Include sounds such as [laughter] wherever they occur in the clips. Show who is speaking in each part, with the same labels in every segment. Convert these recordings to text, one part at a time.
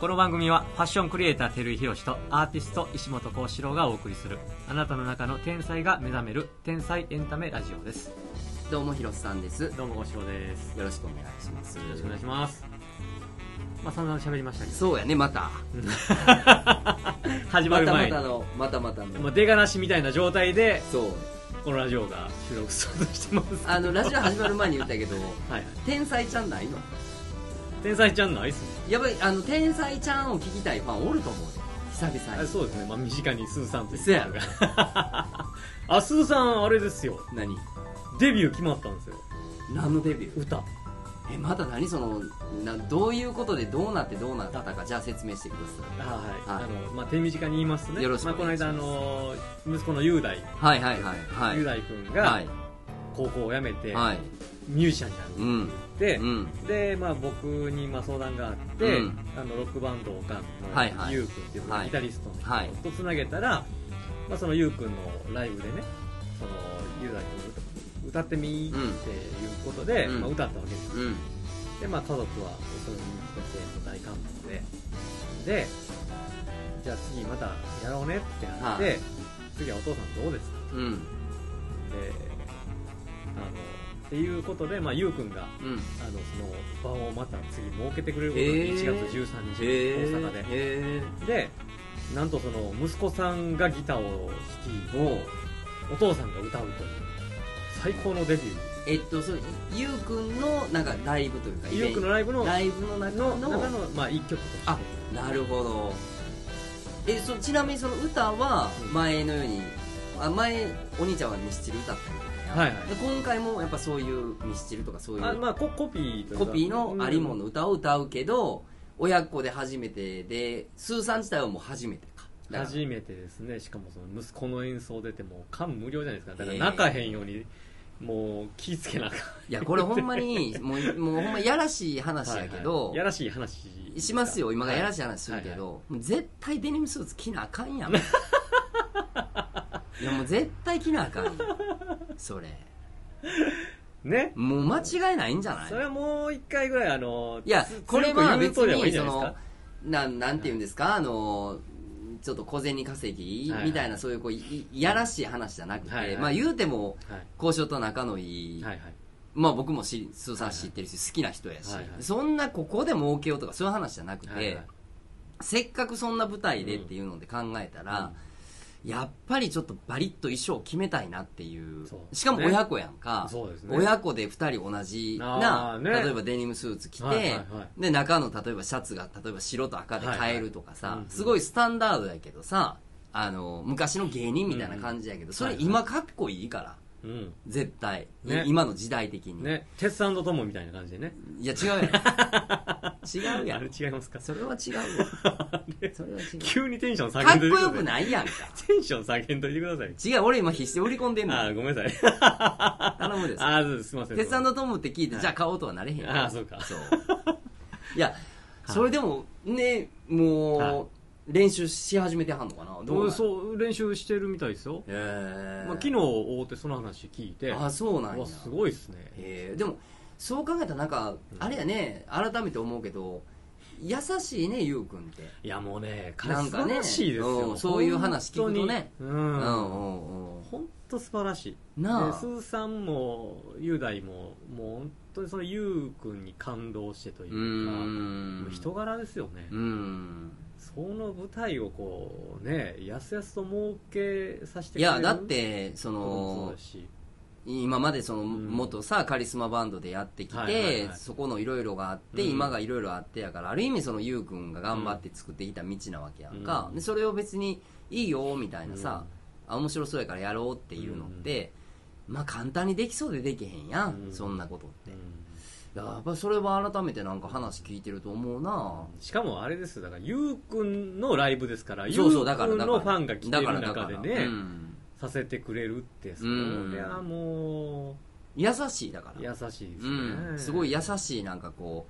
Speaker 1: この番組はファッションクリエイター照井宏とアーティスト石本幸四郎がお送りするあなたの中の天才が目覚める天才エンタメラジオです
Speaker 2: どうも広瀬さんですよ
Speaker 1: どうも幸四郎です
Speaker 2: ろしくお願いします
Speaker 1: よろしくお願いしますまあ散々喋りましたけど
Speaker 2: そうやねまた
Speaker 1: 始ま
Speaker 2: ま
Speaker 1: る
Speaker 2: たま
Speaker 1: 前に
Speaker 2: たのまたまた
Speaker 1: も
Speaker 2: の
Speaker 1: う出がなしみたいな状態で
Speaker 2: そう
Speaker 1: このラジオが収録スタートしてます
Speaker 2: あのラジオ始まる前に言ったけ
Speaker 1: [laughs]
Speaker 2: ど
Speaker 1: はい
Speaker 2: 天才ちゃんないの
Speaker 1: 天才ちゃんないっすね
Speaker 2: やばいあの天才ちゃんを聞きたいファンおると思うで久々
Speaker 1: あ
Speaker 2: に
Speaker 1: そうですね、まあ、身近にスーさんという
Speaker 2: そうや
Speaker 1: 人が [laughs] あスーさんあれですよ
Speaker 2: 何
Speaker 1: デビュー決まったんですよ
Speaker 2: 何のデビュー
Speaker 1: 歌
Speaker 2: えまた何そのなどういうことでどうなってどうなったかじゃあ説明してくだ
Speaker 1: あはい、
Speaker 2: はい
Speaker 1: あのまあ、手短に言いますとね
Speaker 2: よろしく
Speaker 1: まあ、
Speaker 2: お
Speaker 1: この
Speaker 2: 願いし
Speaker 1: 間
Speaker 2: ま
Speaker 1: あ
Speaker 2: す
Speaker 1: の息子の雄大
Speaker 2: さいはいはいはい
Speaker 1: 雄
Speaker 2: は
Speaker 1: 大君
Speaker 2: いは
Speaker 1: が
Speaker 2: い
Speaker 1: 高校を辞めて
Speaker 2: はい
Speaker 1: ミュージシャンになる
Speaker 2: うん
Speaker 1: って、
Speaker 2: うん
Speaker 1: で、まあ、僕にまあ相談があって、
Speaker 2: うん
Speaker 1: あのロックバンドをか
Speaker 2: はいは
Speaker 1: の
Speaker 2: い
Speaker 1: ゆうくんっていう
Speaker 2: はい
Speaker 1: ギタリスト
Speaker 2: は
Speaker 1: の
Speaker 2: い
Speaker 1: 人とつなげたら、まあ、そのゆうくんのライブでねそのゆうだくん歌ってみって
Speaker 2: う
Speaker 1: い
Speaker 2: ん
Speaker 1: うことで、
Speaker 2: うん
Speaker 1: まあ、歌ったわけですよ
Speaker 2: うん
Speaker 1: で、まあ、家族はそれに来て大感動ででじゃあ次またやろうねってなって、
Speaker 2: はい
Speaker 1: 次はお父さんどうですか
Speaker 2: うん
Speaker 1: ってあのっていうことで、まあ、ゆうくんが
Speaker 2: うん
Speaker 1: あのその場をまた次設けてくれることに
Speaker 2: えー
Speaker 1: 1月13日、大阪で
Speaker 2: へ
Speaker 1: でなんとその息子さんがギターを
Speaker 2: えもう
Speaker 1: 弾きお父さんが歌うという最高のデビュー
Speaker 2: えっとそうゆうくんのなんかライブというかイ
Speaker 1: ゆ
Speaker 2: ベ
Speaker 1: うく
Speaker 2: ント
Speaker 1: んのライブの
Speaker 2: ライブの中
Speaker 1: の
Speaker 2: の
Speaker 1: 中の、まあ、一曲として
Speaker 2: あなるほどえそちなみにその歌は前のように、あ前お兄ちゃんはミスチル歌ったりとか
Speaker 1: は
Speaker 2: や、
Speaker 1: いはい
Speaker 2: で今回もやっぱそういうミスチルとかそういう、
Speaker 1: まあまあ、ココピーというか
Speaker 2: コピーのありもの歌を歌うけど、親子で初めてでスーさん自体はもう初めてかだから
Speaker 1: 初めてですねしかもその息子の演奏出てもう感無量じゃないですかだから
Speaker 2: えー
Speaker 1: 泣かへんようにもう気ぃつけなあかん
Speaker 2: いやこれほんまにもうもうほんまやらしい話やけ
Speaker 1: はい
Speaker 2: ど、
Speaker 1: はいやらしい話ですか
Speaker 2: しますよ今がやらしい
Speaker 1: は
Speaker 2: 話するけど、
Speaker 1: は
Speaker 2: もう絶対デニムスーツ着なあかんや
Speaker 1: [laughs]
Speaker 2: んいやもう絶対着なあかんやんそれ
Speaker 1: いね
Speaker 2: もう間違いないんじゃない
Speaker 1: それはもう一回ぐらいあの
Speaker 2: いや
Speaker 1: つ
Speaker 2: これは別
Speaker 1: 強く言うとればいい
Speaker 2: に
Speaker 1: じゃ
Speaker 2: そ
Speaker 1: ないです
Speaker 2: の
Speaker 1: か
Speaker 2: なんなんて言うんですかあのちょっと小銭稼ぎ
Speaker 1: はい
Speaker 2: みたいなそういうこういいいやらしい話じゃなくて、
Speaker 1: はいはい
Speaker 2: まあ言うても
Speaker 1: はい
Speaker 2: 交渉と仲のいい、
Speaker 1: はいはい
Speaker 2: まあ僕もしスーさん知ってるし好きな人やし、
Speaker 1: はいはい
Speaker 2: そんなここで儲けようとかそういう話じゃなくて、
Speaker 1: はいはい
Speaker 2: せっかくそんな舞台でっていうので考えたら、やっぱりちょっとバリッと衣装を決めたいなっていう
Speaker 1: そうですね
Speaker 2: しかも親子やんか、
Speaker 1: そうですね
Speaker 2: 親子で2人同じ
Speaker 1: あー
Speaker 2: な、
Speaker 1: ね
Speaker 2: 例えばデニムスーツ着て、
Speaker 1: はいはいは
Speaker 2: で中の例えばシャツが例えば白と赤で変えるとかさ、
Speaker 1: はいはいうんうん
Speaker 2: すごいスタンダードやけどさあの昔の芸人みたいな感じやけど、それ今かっこいいから
Speaker 1: うん
Speaker 2: 絶対、
Speaker 1: ね
Speaker 2: 今の時代的に、
Speaker 1: ね鉄腕と友みたいな感じでね
Speaker 2: いや違
Speaker 1: [laughs]
Speaker 2: うやん違うや
Speaker 1: あれ
Speaker 2: ん
Speaker 1: 違いますか
Speaker 2: それは違う
Speaker 1: [laughs] あれ
Speaker 2: わそれは違う
Speaker 1: 急にテンション下
Speaker 2: か
Speaker 1: げ
Speaker 2: っ
Speaker 1: んと
Speaker 2: こ
Speaker 1: いてくださ
Speaker 2: よく
Speaker 1: い
Speaker 2: ないやんか
Speaker 1: テンション下げんといてください
Speaker 2: 違う俺今必死で売り込んでんの
Speaker 1: あーごめんなさい
Speaker 2: 頼むです
Speaker 1: あーすいません
Speaker 2: 鉄腕のトムって聞いてじゃあ買おうとはなれへん
Speaker 1: あーそうか [laughs]
Speaker 2: そういやそれでもねもう練習し始めてはんのかなどう
Speaker 1: う
Speaker 2: なん
Speaker 1: そう練習してるみたいですよ
Speaker 2: へー
Speaker 1: まあ昨日大手その話聞いて
Speaker 2: あそうなん
Speaker 1: わ
Speaker 2: や
Speaker 1: すごいですね
Speaker 2: へーでもそう考えたらなんかあれやね改めて思うけど優しいねゆうくんって
Speaker 1: いやもうね彼
Speaker 2: な
Speaker 1: 素
Speaker 2: んか
Speaker 1: 晴
Speaker 2: ね
Speaker 1: らしいですよ、
Speaker 2: うんそういう話聞くとね
Speaker 1: 本当に
Speaker 2: うんう
Speaker 1: うん
Speaker 2: んうん
Speaker 1: 本当素晴らしい
Speaker 2: なあ
Speaker 1: でスーさんも雄大ももう本当にその優君に感動してという
Speaker 2: う
Speaker 1: か
Speaker 2: ーん
Speaker 1: 人柄ですよね、
Speaker 2: うーん
Speaker 1: その舞台をこうねやすやすと儲けさせて
Speaker 2: い
Speaker 1: くれる
Speaker 2: やだってそ
Speaker 1: こともそう
Speaker 2: の
Speaker 1: だし
Speaker 2: 今までその
Speaker 1: ん
Speaker 2: 元さカリスマバンドでやってき
Speaker 1: はいはい
Speaker 2: て
Speaker 1: はい
Speaker 2: そこのいろいろがあって
Speaker 1: うん
Speaker 2: 今がいろいろあってやからある意味そのゆうくんが頑張って作ってきた道なわけやんか
Speaker 1: うん
Speaker 2: でそれを別にいいよみたいなさ
Speaker 1: うん
Speaker 2: あ面白そうやからやろうっていうのってまあ簡単にできそうでできへんや
Speaker 1: うんん
Speaker 2: そんなことっ
Speaker 1: う
Speaker 2: て
Speaker 1: ん
Speaker 2: やっぱそれは改めてなんか話聞いてると思うな
Speaker 1: しかもあれですよだから優君のライブですから優
Speaker 2: そう
Speaker 1: 君
Speaker 2: そうだからだから
Speaker 1: のファンが来て
Speaker 2: だ
Speaker 1: る
Speaker 2: からだか
Speaker 1: 中
Speaker 2: ら
Speaker 1: で
Speaker 2: う
Speaker 1: ね
Speaker 2: ん
Speaker 1: させてくれるってそ
Speaker 2: うん
Speaker 1: りゃもう
Speaker 2: 優しいだから
Speaker 1: 優しいですね、
Speaker 2: うん、すごい優しいなんかこ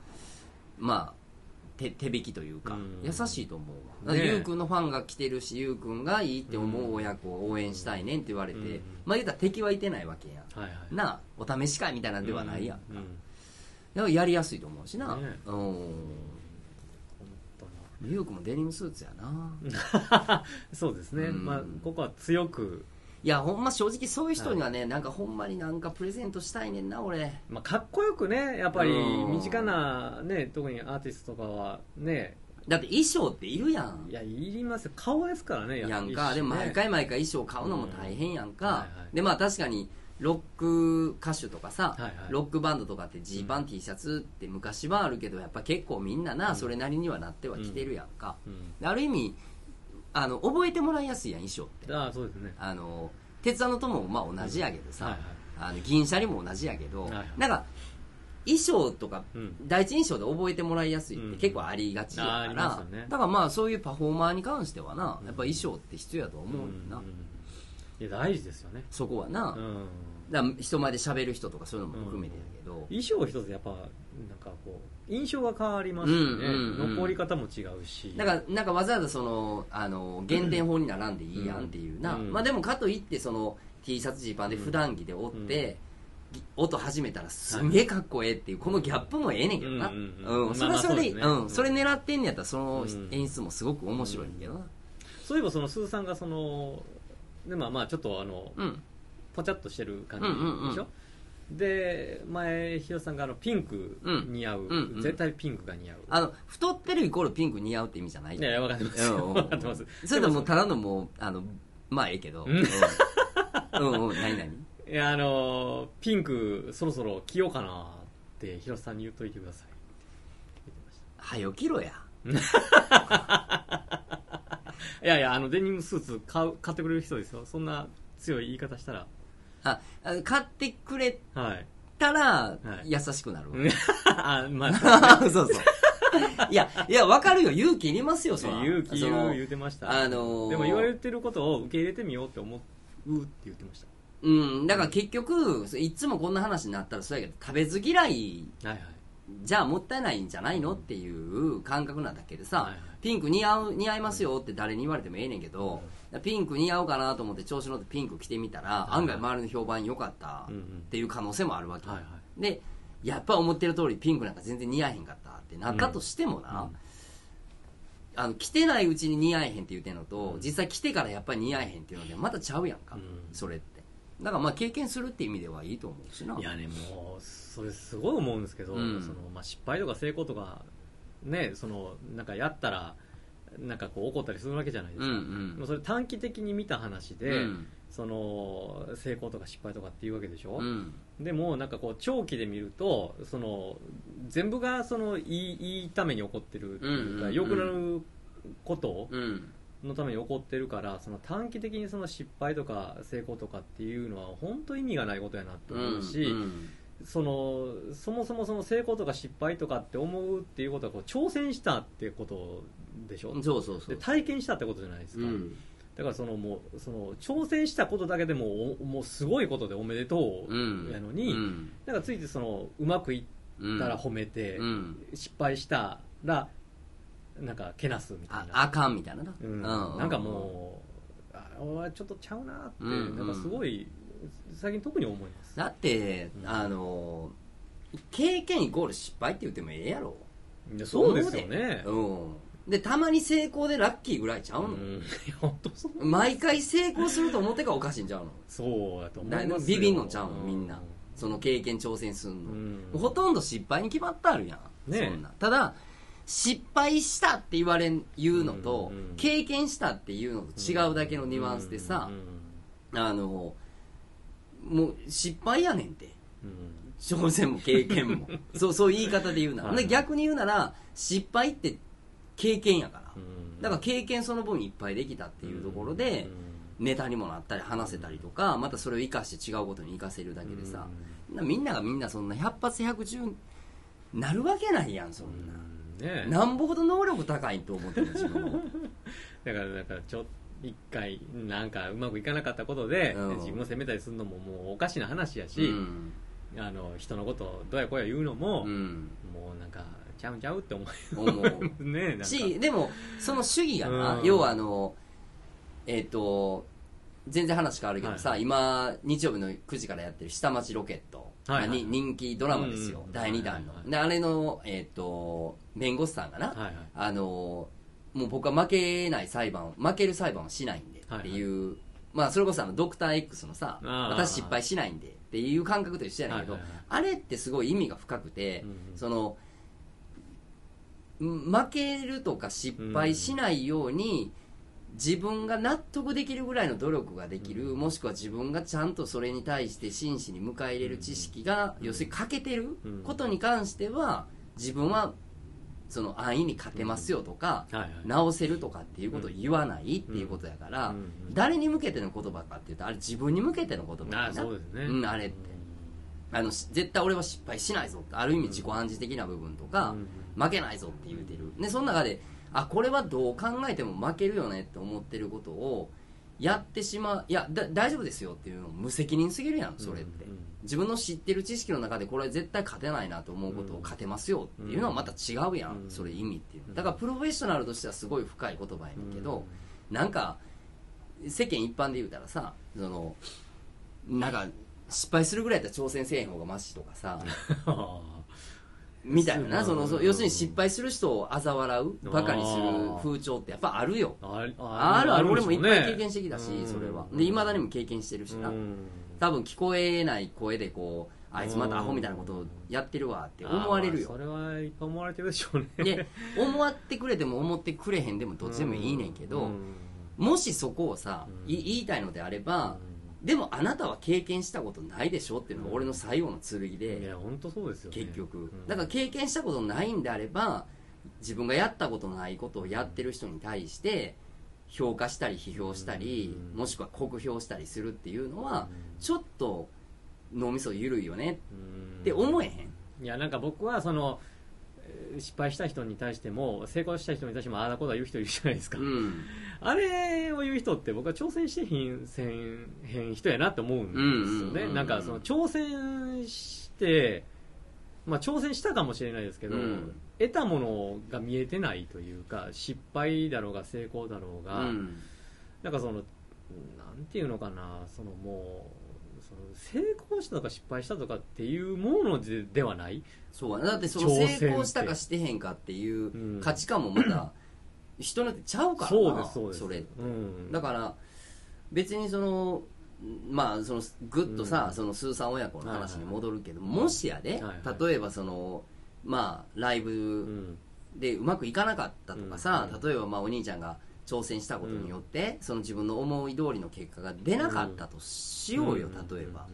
Speaker 2: うまあ手手引きというか、
Speaker 1: うん
Speaker 2: 優しいと思うわ
Speaker 1: ね
Speaker 2: だからゆうくんのファンが来てるしゆうくんがいいって思う親子を応援したいねんって言われて、
Speaker 1: うん
Speaker 2: まあ言うたら敵はいてないわけや
Speaker 1: はいはい
Speaker 2: んなあお試し会みたいなんではないやん、
Speaker 1: うんうん
Speaker 2: だからやりやすいと思うしな、
Speaker 1: ね
Speaker 2: うん
Speaker 1: 本当に
Speaker 2: ニューヨークもデニムスーツやな
Speaker 1: そうですね、
Speaker 2: うん
Speaker 1: まあ、ここは強く、
Speaker 2: いやほんま正直そういう人にはね、なんかほんまになんかプレゼントしたいねんな俺
Speaker 1: まあ、かっこよくねやっぱり
Speaker 2: うん
Speaker 1: 身近な、ね、特にアーティストとかはね
Speaker 2: だって衣装っているやん
Speaker 1: いやいりますよ顔ですからね
Speaker 2: やん
Speaker 1: り
Speaker 2: か、でも毎
Speaker 1: ね
Speaker 2: 回毎回衣装買うのも大変やんか、
Speaker 1: うんはいはい
Speaker 2: でまあ確かにロック歌手とかさ、
Speaker 1: はいはい
Speaker 2: ロックバンドとかってジーパン T シャツって昔はあるけどやっぱ結構みんなな、
Speaker 1: うん
Speaker 2: それなりにはなってはきてるやんか、
Speaker 1: うん
Speaker 2: ある意味あの覚えてもらいやすいやん衣装って
Speaker 1: ああそうですね
Speaker 2: あの鉄腕の友もまあ同じやけどさ、
Speaker 1: はいはい
Speaker 2: あの銀シャリも同じやけど、
Speaker 1: はいはい
Speaker 2: なんか衣装とか
Speaker 1: うん
Speaker 2: 第一印象で覚えてもらいやすいっ
Speaker 1: うん
Speaker 2: て結構ありがちや
Speaker 1: あーあ
Speaker 2: か
Speaker 1: り
Speaker 2: ら、
Speaker 1: ますよね
Speaker 2: だからまあそういうパフォーマーに関してはな
Speaker 1: うん
Speaker 2: やっぱ衣装って必要やと思うねんな、
Speaker 1: うんいや大事ですよね、
Speaker 2: そこはな、
Speaker 1: うん、
Speaker 2: だから人前で喋る人とかそういうのも含めてやけど、
Speaker 1: 衣装一つやっぱなんかこう印象が変わりますよね、
Speaker 2: うんうんうん
Speaker 1: 残り方も違うし
Speaker 2: だからなんかわざわざそのあの減点法にならんでいいやんっていうな、
Speaker 1: うん
Speaker 2: まあ、でもかといってその T シャツジーパンで普段着で折って、ぎ音始めたらすんげえかっこええっていうこのギャップもええねんけどな、
Speaker 1: う
Speaker 2: うんん
Speaker 1: うんうん
Speaker 2: それは
Speaker 1: まあまあそ
Speaker 2: それで,、
Speaker 1: うですね
Speaker 2: うん、それ狙ってんねやったらその
Speaker 1: うん
Speaker 2: 演出もすごく面白いんやけどな、
Speaker 1: そういえばその鈴さんがそのでまあまあちょっとあの
Speaker 2: うん、
Speaker 1: ぽちゃっとしてる感じ
Speaker 2: うんうんうん
Speaker 1: でしょ、で前ヒロさんがあのピンク似合う、
Speaker 2: うんうんうん
Speaker 1: 絶対ピンクが似合う、
Speaker 2: あの太ってるイコールピンク似合うって意味じゃない
Speaker 1: いやいや分かってます
Speaker 2: うんうんうん
Speaker 1: 分かってます
Speaker 2: それともうただのもうあのまあええけど
Speaker 1: うん
Speaker 2: うんうんうん何々
Speaker 1: いやあのーピンクそろそろ着ようかなって広瀬さんに言っといてください言ってまし
Speaker 2: はよ切ろや
Speaker 1: たいやいやあのデニムスーツ買う買ってくれる人ですよそんな強い言い方したら
Speaker 2: ああの買ってくれ
Speaker 1: はい
Speaker 2: [laughs] たら
Speaker 1: い
Speaker 2: 優しくなるわ、
Speaker 1: あまあ
Speaker 2: [laughs] そうそういやいや分かるよ勇気いりますよそら
Speaker 1: 勇気
Speaker 2: そ
Speaker 1: 言
Speaker 2: の
Speaker 1: う言うてました、
Speaker 2: あのー
Speaker 1: でも言われてることを受け入れてみようって思うって言ってまし
Speaker 2: うんだから結局そういつもこんな話になったらそうやけど食べず嫌い
Speaker 1: たはいはい
Speaker 2: じゃあもったいないんじゃないのっていう感覚なだけでさ、
Speaker 1: はいはい
Speaker 2: ピンク似合う似合いますよって誰に言われてもええねんけど、ピンク似合うかなと思って調子乗ってピンク着てみたら、
Speaker 1: いはい
Speaker 2: 案外周りの評判良かった
Speaker 1: うんう
Speaker 2: っ
Speaker 1: ん
Speaker 2: ていう可能性もあるわけ、
Speaker 1: はいは
Speaker 2: でやっぱ思ってる通りピンクなんか全然似合えへんかったってなったとしてもな、
Speaker 1: うん
Speaker 2: あの着てないうちに似合えへんって言ってんのと、
Speaker 1: うん
Speaker 2: 実際着てからやっぱり似合えへんっていうのでまたちゃうやんか、
Speaker 1: うん
Speaker 2: それってだからまあ経験するって意味ではいいと思うしない
Speaker 1: やねもうそれすごい思うんですけど、
Speaker 2: うん
Speaker 1: そのまあ、失敗とか成功とかねそのなんかやったらなんかこう怒ったりするわけじゃないです
Speaker 2: う
Speaker 1: か、
Speaker 2: んう
Speaker 1: でも
Speaker 2: ん
Speaker 1: それ短期的に見た話で、
Speaker 2: うん
Speaker 1: その成功とか失敗とかっていうわけでしょ、
Speaker 2: うん
Speaker 1: でもなんかこう長期で見るとその全部がそのいいいいために起こってるっていうか
Speaker 2: うん
Speaker 1: 良、くなること
Speaker 2: うん
Speaker 1: のために起こってるからその短期的にその失敗とか成功とかっていうのは本当意味がないことやなと思うし、
Speaker 2: うん
Speaker 1: そのそもそもその成功とか失敗とかって思うっていうことはこう挑戦したってことでしょ、
Speaker 2: うんそうそうそ
Speaker 1: で
Speaker 2: う
Speaker 1: 体験したってことじゃないですか、だからそのもうその挑戦したことだけでもおもうすごいことでおめでとうやのに、
Speaker 2: うん
Speaker 1: なんかついてそのうまくい
Speaker 2: うん
Speaker 1: ったら褒めて、
Speaker 2: うん
Speaker 1: 失敗したらなんかけなすみた
Speaker 2: あ
Speaker 1: いな、
Speaker 2: あかんみたいなな、
Speaker 1: う
Speaker 2: うんん
Speaker 1: なんかもうあお前ちょっとちゃうなって、
Speaker 2: うん
Speaker 1: なんかすごい最近特に思います
Speaker 2: だって、
Speaker 1: うん
Speaker 2: あの経験イコール失敗って言ってもええやろ
Speaker 1: いやそうですよね
Speaker 2: うんでたまに成功でラッキーぐらいちゃうの、
Speaker 1: うん、本当そう
Speaker 2: 毎回成功すると思ってからおかしいんちゃうの
Speaker 1: そうだと思
Speaker 2: だ
Speaker 1: いますよ
Speaker 2: ビビんのちゃうのみんなその経験挑戦すん
Speaker 1: う
Speaker 2: の、
Speaker 1: ん
Speaker 2: ほとんど失敗に決まってあるやん、
Speaker 1: ねえ
Speaker 2: そんなただ失敗したって言われん言うのと、
Speaker 1: うんうん
Speaker 2: 経験したっていうのと違うだけのニュアンスでさ
Speaker 1: うん、
Speaker 2: あのもう失敗やねんって
Speaker 1: うんうん
Speaker 2: 挑戦も経験
Speaker 1: [laughs]
Speaker 2: もそうそういう言い方で言うなら、
Speaker 1: はい
Speaker 2: で逆に言うなら失敗って経験やから、
Speaker 1: うん
Speaker 2: だから経験その分いっぱいできたっていうところで、ネタにもなったり話せたりとかまたそれを生かして違うことに生かせるだ
Speaker 1: うん
Speaker 2: けでさ、なみんながみんなそんな100発1 1 0なるわけないやんそ
Speaker 1: うん
Speaker 2: な、
Speaker 1: んねえ
Speaker 2: なんぼほど能力高いと思ってる自分も
Speaker 1: だからなんかちょっと一回なんかうまくいかなかったことで
Speaker 2: うん
Speaker 1: 自分を責めたりするのももうおかしな話や
Speaker 2: う
Speaker 1: し、
Speaker 2: ん、
Speaker 1: あの人のことをどうやこうや言うのも、
Speaker 2: うん、
Speaker 1: もうなんかちゃうちゃうって思
Speaker 2: 思う
Speaker 1: [laughs] うねえなんか
Speaker 2: しでもその主義がな、
Speaker 1: うん
Speaker 2: 要はあのえっ、と全然話変わるけどさ、
Speaker 1: は
Speaker 2: 今日曜日の9時からやってる「下町ロケット」
Speaker 1: はいはい
Speaker 2: まあに人気ドラマですよ、
Speaker 1: うん
Speaker 2: 第2弾の、
Speaker 1: はいはいはい
Speaker 2: であれの、えっと弁護士さんがな、
Speaker 1: はいはい
Speaker 2: あのもう僕は負けない裁判を負ける裁判をしないんでっていう、まあそれこそあのドクター X のさ
Speaker 1: あー
Speaker 2: 私失敗しないんでっていう感覚と一緒やねんけど、
Speaker 1: はいはいはい
Speaker 2: あれってすごい意味が深くて、
Speaker 1: うんうん
Speaker 2: そのうん負けるとか失敗しないように、自分が納得できるぐらいの努力ができる、もしくは自分がちゃんとそれに対して真摯に迎え入れる知識が、要するに欠けてる
Speaker 1: うん
Speaker 2: ことに関しては自分はその安易に勝てますよとか、
Speaker 1: はいはい
Speaker 2: 直せるとかっていうことを言わないっていうことやから、
Speaker 1: うんうんうん
Speaker 2: 誰に向けての言葉かっていうとあれ自分に向けての言葉
Speaker 1: あ
Speaker 2: や
Speaker 1: あ
Speaker 2: な
Speaker 1: そうですね、
Speaker 2: うんあれってあのし絶対俺は失敗しないぞってある意味自己暗示的な部分とか、
Speaker 1: うん
Speaker 2: 負けないぞって言うてるでその中であこれはどう考えても負けるよねって思ってることをやってしまういやだ大丈夫ですよっていうの無責任すぎるやんそれって、
Speaker 1: うんうん
Speaker 2: 自分の知ってる知識の中でこれは絶対勝てないなと思うことを勝てますよっていうのはまた違うやん、
Speaker 1: うん
Speaker 2: それ意味っていうのだからプロフェッショナルとしてはすごい深い言葉やねんけど、なんか世間一般で言うたらさそのなんか失敗するぐらいやったら挑戦せえへん方がマシとかさみたいなな
Speaker 1: そ
Speaker 2: そうのそう要するに失敗する人を嘲笑うバカにする風潮ってやっぱあるよ
Speaker 1: ある
Speaker 2: あるある俺もいっぱい経験しててきたし
Speaker 1: うん
Speaker 2: それはでいまだにも経験してるしな多分聞こえない声でこうあいつまたアホみたいなことをやってるわって思われるよ
Speaker 1: それはいっぱい思われてるでしょうね
Speaker 2: で思わってくれても思ってくれへんでもどっちでもいいねんけ
Speaker 1: う
Speaker 2: ど
Speaker 1: ん
Speaker 2: もしそこをさ
Speaker 1: うん
Speaker 2: い言いたいのであればでもあなたは経験したことないでしょっていうのが俺の最後の剣
Speaker 1: い
Speaker 2: で
Speaker 1: や本当そうですよね
Speaker 2: 結局
Speaker 1: うん
Speaker 2: だから経験したことないんであれば自分がやったことないことをやってる人に対して評価したり批評したり
Speaker 1: うん
Speaker 2: もしくは酷評したりするっていうのは
Speaker 1: う
Speaker 2: ちょっと脳みそ緩いよね
Speaker 1: ん
Speaker 2: って思えへん
Speaker 1: いやなんか僕はそのえー失敗した人に対しても成功した人に対してもああだこうだ言う人いるじゃないですか、
Speaker 2: うん
Speaker 1: あれを言う人って僕は挑戦してへんせんへん人やなって思うんですよね、
Speaker 2: うんうんうんうん
Speaker 1: なんかその挑戦してまあ挑戦したかもしれないですけど、
Speaker 2: うん
Speaker 1: 得たものが見えてないというか失敗だろうが成功だろう
Speaker 2: う
Speaker 1: が、
Speaker 2: ん
Speaker 1: なんかそのなんていうのかなそのもうその成功したとか失敗したとかっていうものでではない、
Speaker 2: そうやなだってその
Speaker 1: 挑戦
Speaker 2: 成
Speaker 1: って
Speaker 2: 功したかしてへんかっていう価値観もまだ人によってちゃうから
Speaker 1: そう
Speaker 2: な
Speaker 1: ですそうです
Speaker 2: それ
Speaker 1: うん、
Speaker 2: だから別にそのまあそのぐっとさ、
Speaker 1: うん
Speaker 2: そのスーさん親子の話に戻るけど、
Speaker 1: いはい
Speaker 2: もしやで、
Speaker 1: はいはい
Speaker 2: 例えばそのまあライ
Speaker 1: う
Speaker 2: ブ
Speaker 1: ん
Speaker 2: でうまくいかなかったとかさ、
Speaker 1: うんうん
Speaker 2: 例えばまあお兄ちゃんが挑戦したことによって、その自分の思い通りの結果が出なかったとしようよ、例えば、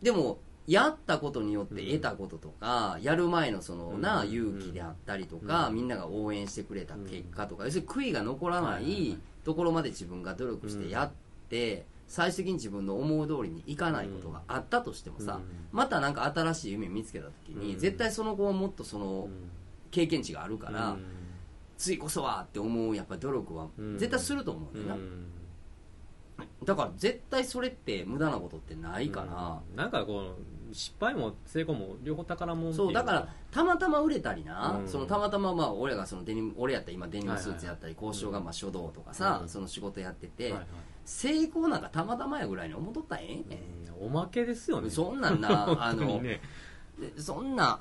Speaker 2: でもやったことによって得たこととか、やる前のそのな、
Speaker 1: うん
Speaker 2: 勇気であったりとか、
Speaker 1: うん
Speaker 2: みんなが応援してくれた結果とか、要するに悔いが残らな
Speaker 1: はいはいはいい
Speaker 2: ところまで自分が努力してやって、最終的に自分の思う通りにいかないことがあったとしてもさ、
Speaker 1: う
Speaker 2: またなんか新しい夢見つけた時に、
Speaker 1: うん
Speaker 2: 絶対その子はもっとその経験値があるから、
Speaker 1: うん
Speaker 2: 次こそはって思うやっぱ努力は
Speaker 1: うん
Speaker 2: 絶対すると思
Speaker 1: う
Speaker 2: う
Speaker 1: んん
Speaker 2: だよな、だから絶対それって無駄なことってないから、
Speaker 1: うんなんかこう失敗も成功も両方宝物ってい
Speaker 2: そうだからたまたま売れたりな、
Speaker 1: うん
Speaker 2: そのたまたままあ俺がそのデニム俺やったら今デニムスーツやったり、
Speaker 1: いはい
Speaker 2: 交渉がまあ書道とかさ、
Speaker 1: うん
Speaker 2: その仕事やって
Speaker 1: は
Speaker 2: て、
Speaker 1: いはい
Speaker 2: 成功なんかたまたまやぐらいに思っとったらええね
Speaker 1: うんおまけですよ
Speaker 2: ん、
Speaker 1: ね
Speaker 2: そんなん
Speaker 1: [laughs]
Speaker 2: なあ
Speaker 1: 本当
Speaker 2: の、
Speaker 1: にね
Speaker 2: そんな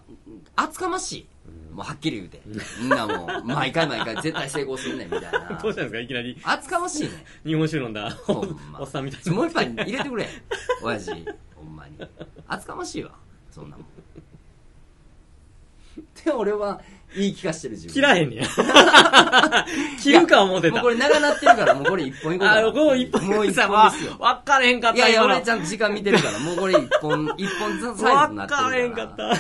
Speaker 2: 厚かましい
Speaker 1: うん
Speaker 2: もうはっきり言うて、みんなもう毎回毎回絶対成功するねんみたいな
Speaker 1: [laughs] どうしたんですかいきなり
Speaker 2: 厚かましいねん
Speaker 1: 日本酒飲んだ
Speaker 2: ほ [laughs] んま
Speaker 1: おっさんみた
Speaker 2: [laughs]
Speaker 1: い
Speaker 2: ちょもう一杯入れて
Speaker 1: [laughs]
Speaker 2: くれ親父ほんまに厚かましいわそんなもんで俺は言い聞かしてる自分
Speaker 1: 切らへんねや [laughs] 切るか思って
Speaker 2: もう
Speaker 1: た
Speaker 2: これ長なってるからもうこれ一本いこうか
Speaker 1: あ
Speaker 2: な
Speaker 1: のこう一本
Speaker 2: もう一
Speaker 1: さ
Speaker 2: 本ですよ
Speaker 1: わ分かれへんかっ
Speaker 2: い
Speaker 1: た
Speaker 2: やいや
Speaker 1: 今の
Speaker 2: 俺ちゃんと時間見てるからもうこれ一本一本ずつサイズに
Speaker 1: 分
Speaker 2: なって
Speaker 1: かれへ
Speaker 2: る
Speaker 1: ん
Speaker 2: か
Speaker 1: から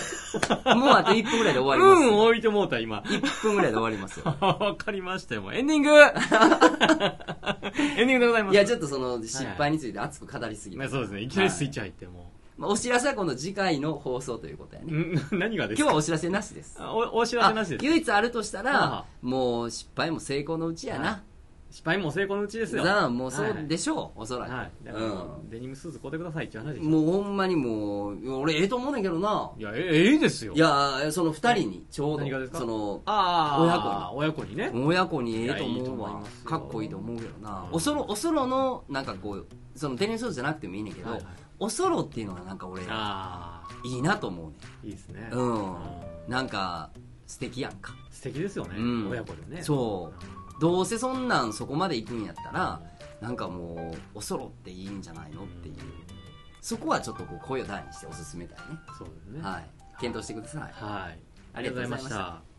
Speaker 1: った
Speaker 2: もうあと一分ぐらいで終わり
Speaker 1: うん
Speaker 2: ま
Speaker 1: 置いてもうた今
Speaker 2: す、一分ぐらいで終わりますよ
Speaker 1: [laughs] わかりましたよ、もうエンディ
Speaker 2: [laughs]
Speaker 1: ングエンディングでございます。
Speaker 2: いやちょっとその失敗について熱く語りすぎ
Speaker 1: ま
Speaker 2: て
Speaker 1: あ、そうですね、いきなりスイッチ入っても
Speaker 2: まあお知らせは今度次回の放送ということや
Speaker 1: う。
Speaker 2: ね
Speaker 1: ん何がです
Speaker 2: 今日
Speaker 1: か
Speaker 2: はお知らせなしです
Speaker 1: あおお知らせなしです。
Speaker 2: 唯一あるとした
Speaker 1: は
Speaker 2: ら
Speaker 1: あ
Speaker 2: もう失敗も成功のうちや
Speaker 1: は
Speaker 2: な
Speaker 1: 失敗も成功のうちですよ。
Speaker 2: なあもうそ
Speaker 1: はいは
Speaker 2: う
Speaker 1: い
Speaker 2: でしょうおそらく、
Speaker 1: はい。だからもう
Speaker 2: う
Speaker 1: デニムスーツ買うてくださいっていう話で
Speaker 2: ん、
Speaker 1: しょ。
Speaker 2: もうほんまにもう俺ええと思うねんけどない
Speaker 1: や、えええですよ。
Speaker 2: い、やその二人にちょう
Speaker 1: 何がで
Speaker 2: ど
Speaker 1: すか
Speaker 2: その
Speaker 1: ああ、親子に。親子にね。
Speaker 2: 親子にええと
Speaker 1: いやいいと
Speaker 2: 思う
Speaker 1: 思い
Speaker 2: わ
Speaker 1: ますよ
Speaker 2: かっこいいと思うけどな
Speaker 1: うん
Speaker 2: おそろおそろのなんかこうそのデニムスーツじゃなくてもいいねんけど、
Speaker 1: はいはい
Speaker 2: おそろっていうのがなんか俺
Speaker 1: ああ、
Speaker 2: いいなと思うね
Speaker 1: いいですね。
Speaker 2: うんなんか素敵やんか
Speaker 1: 素敵ですよね、
Speaker 2: うん
Speaker 1: 親子でね
Speaker 2: そうどうせそんなんそこまで行くんやったらなんかもうおそろっていいんじゃないのっていうそこはちょっとこう声を大にしておすすめだよね
Speaker 1: そうですね
Speaker 2: はい検討してください
Speaker 1: はい、
Speaker 2: ありがとうございま
Speaker 1: ありがとうございまし
Speaker 2: した
Speaker 1: た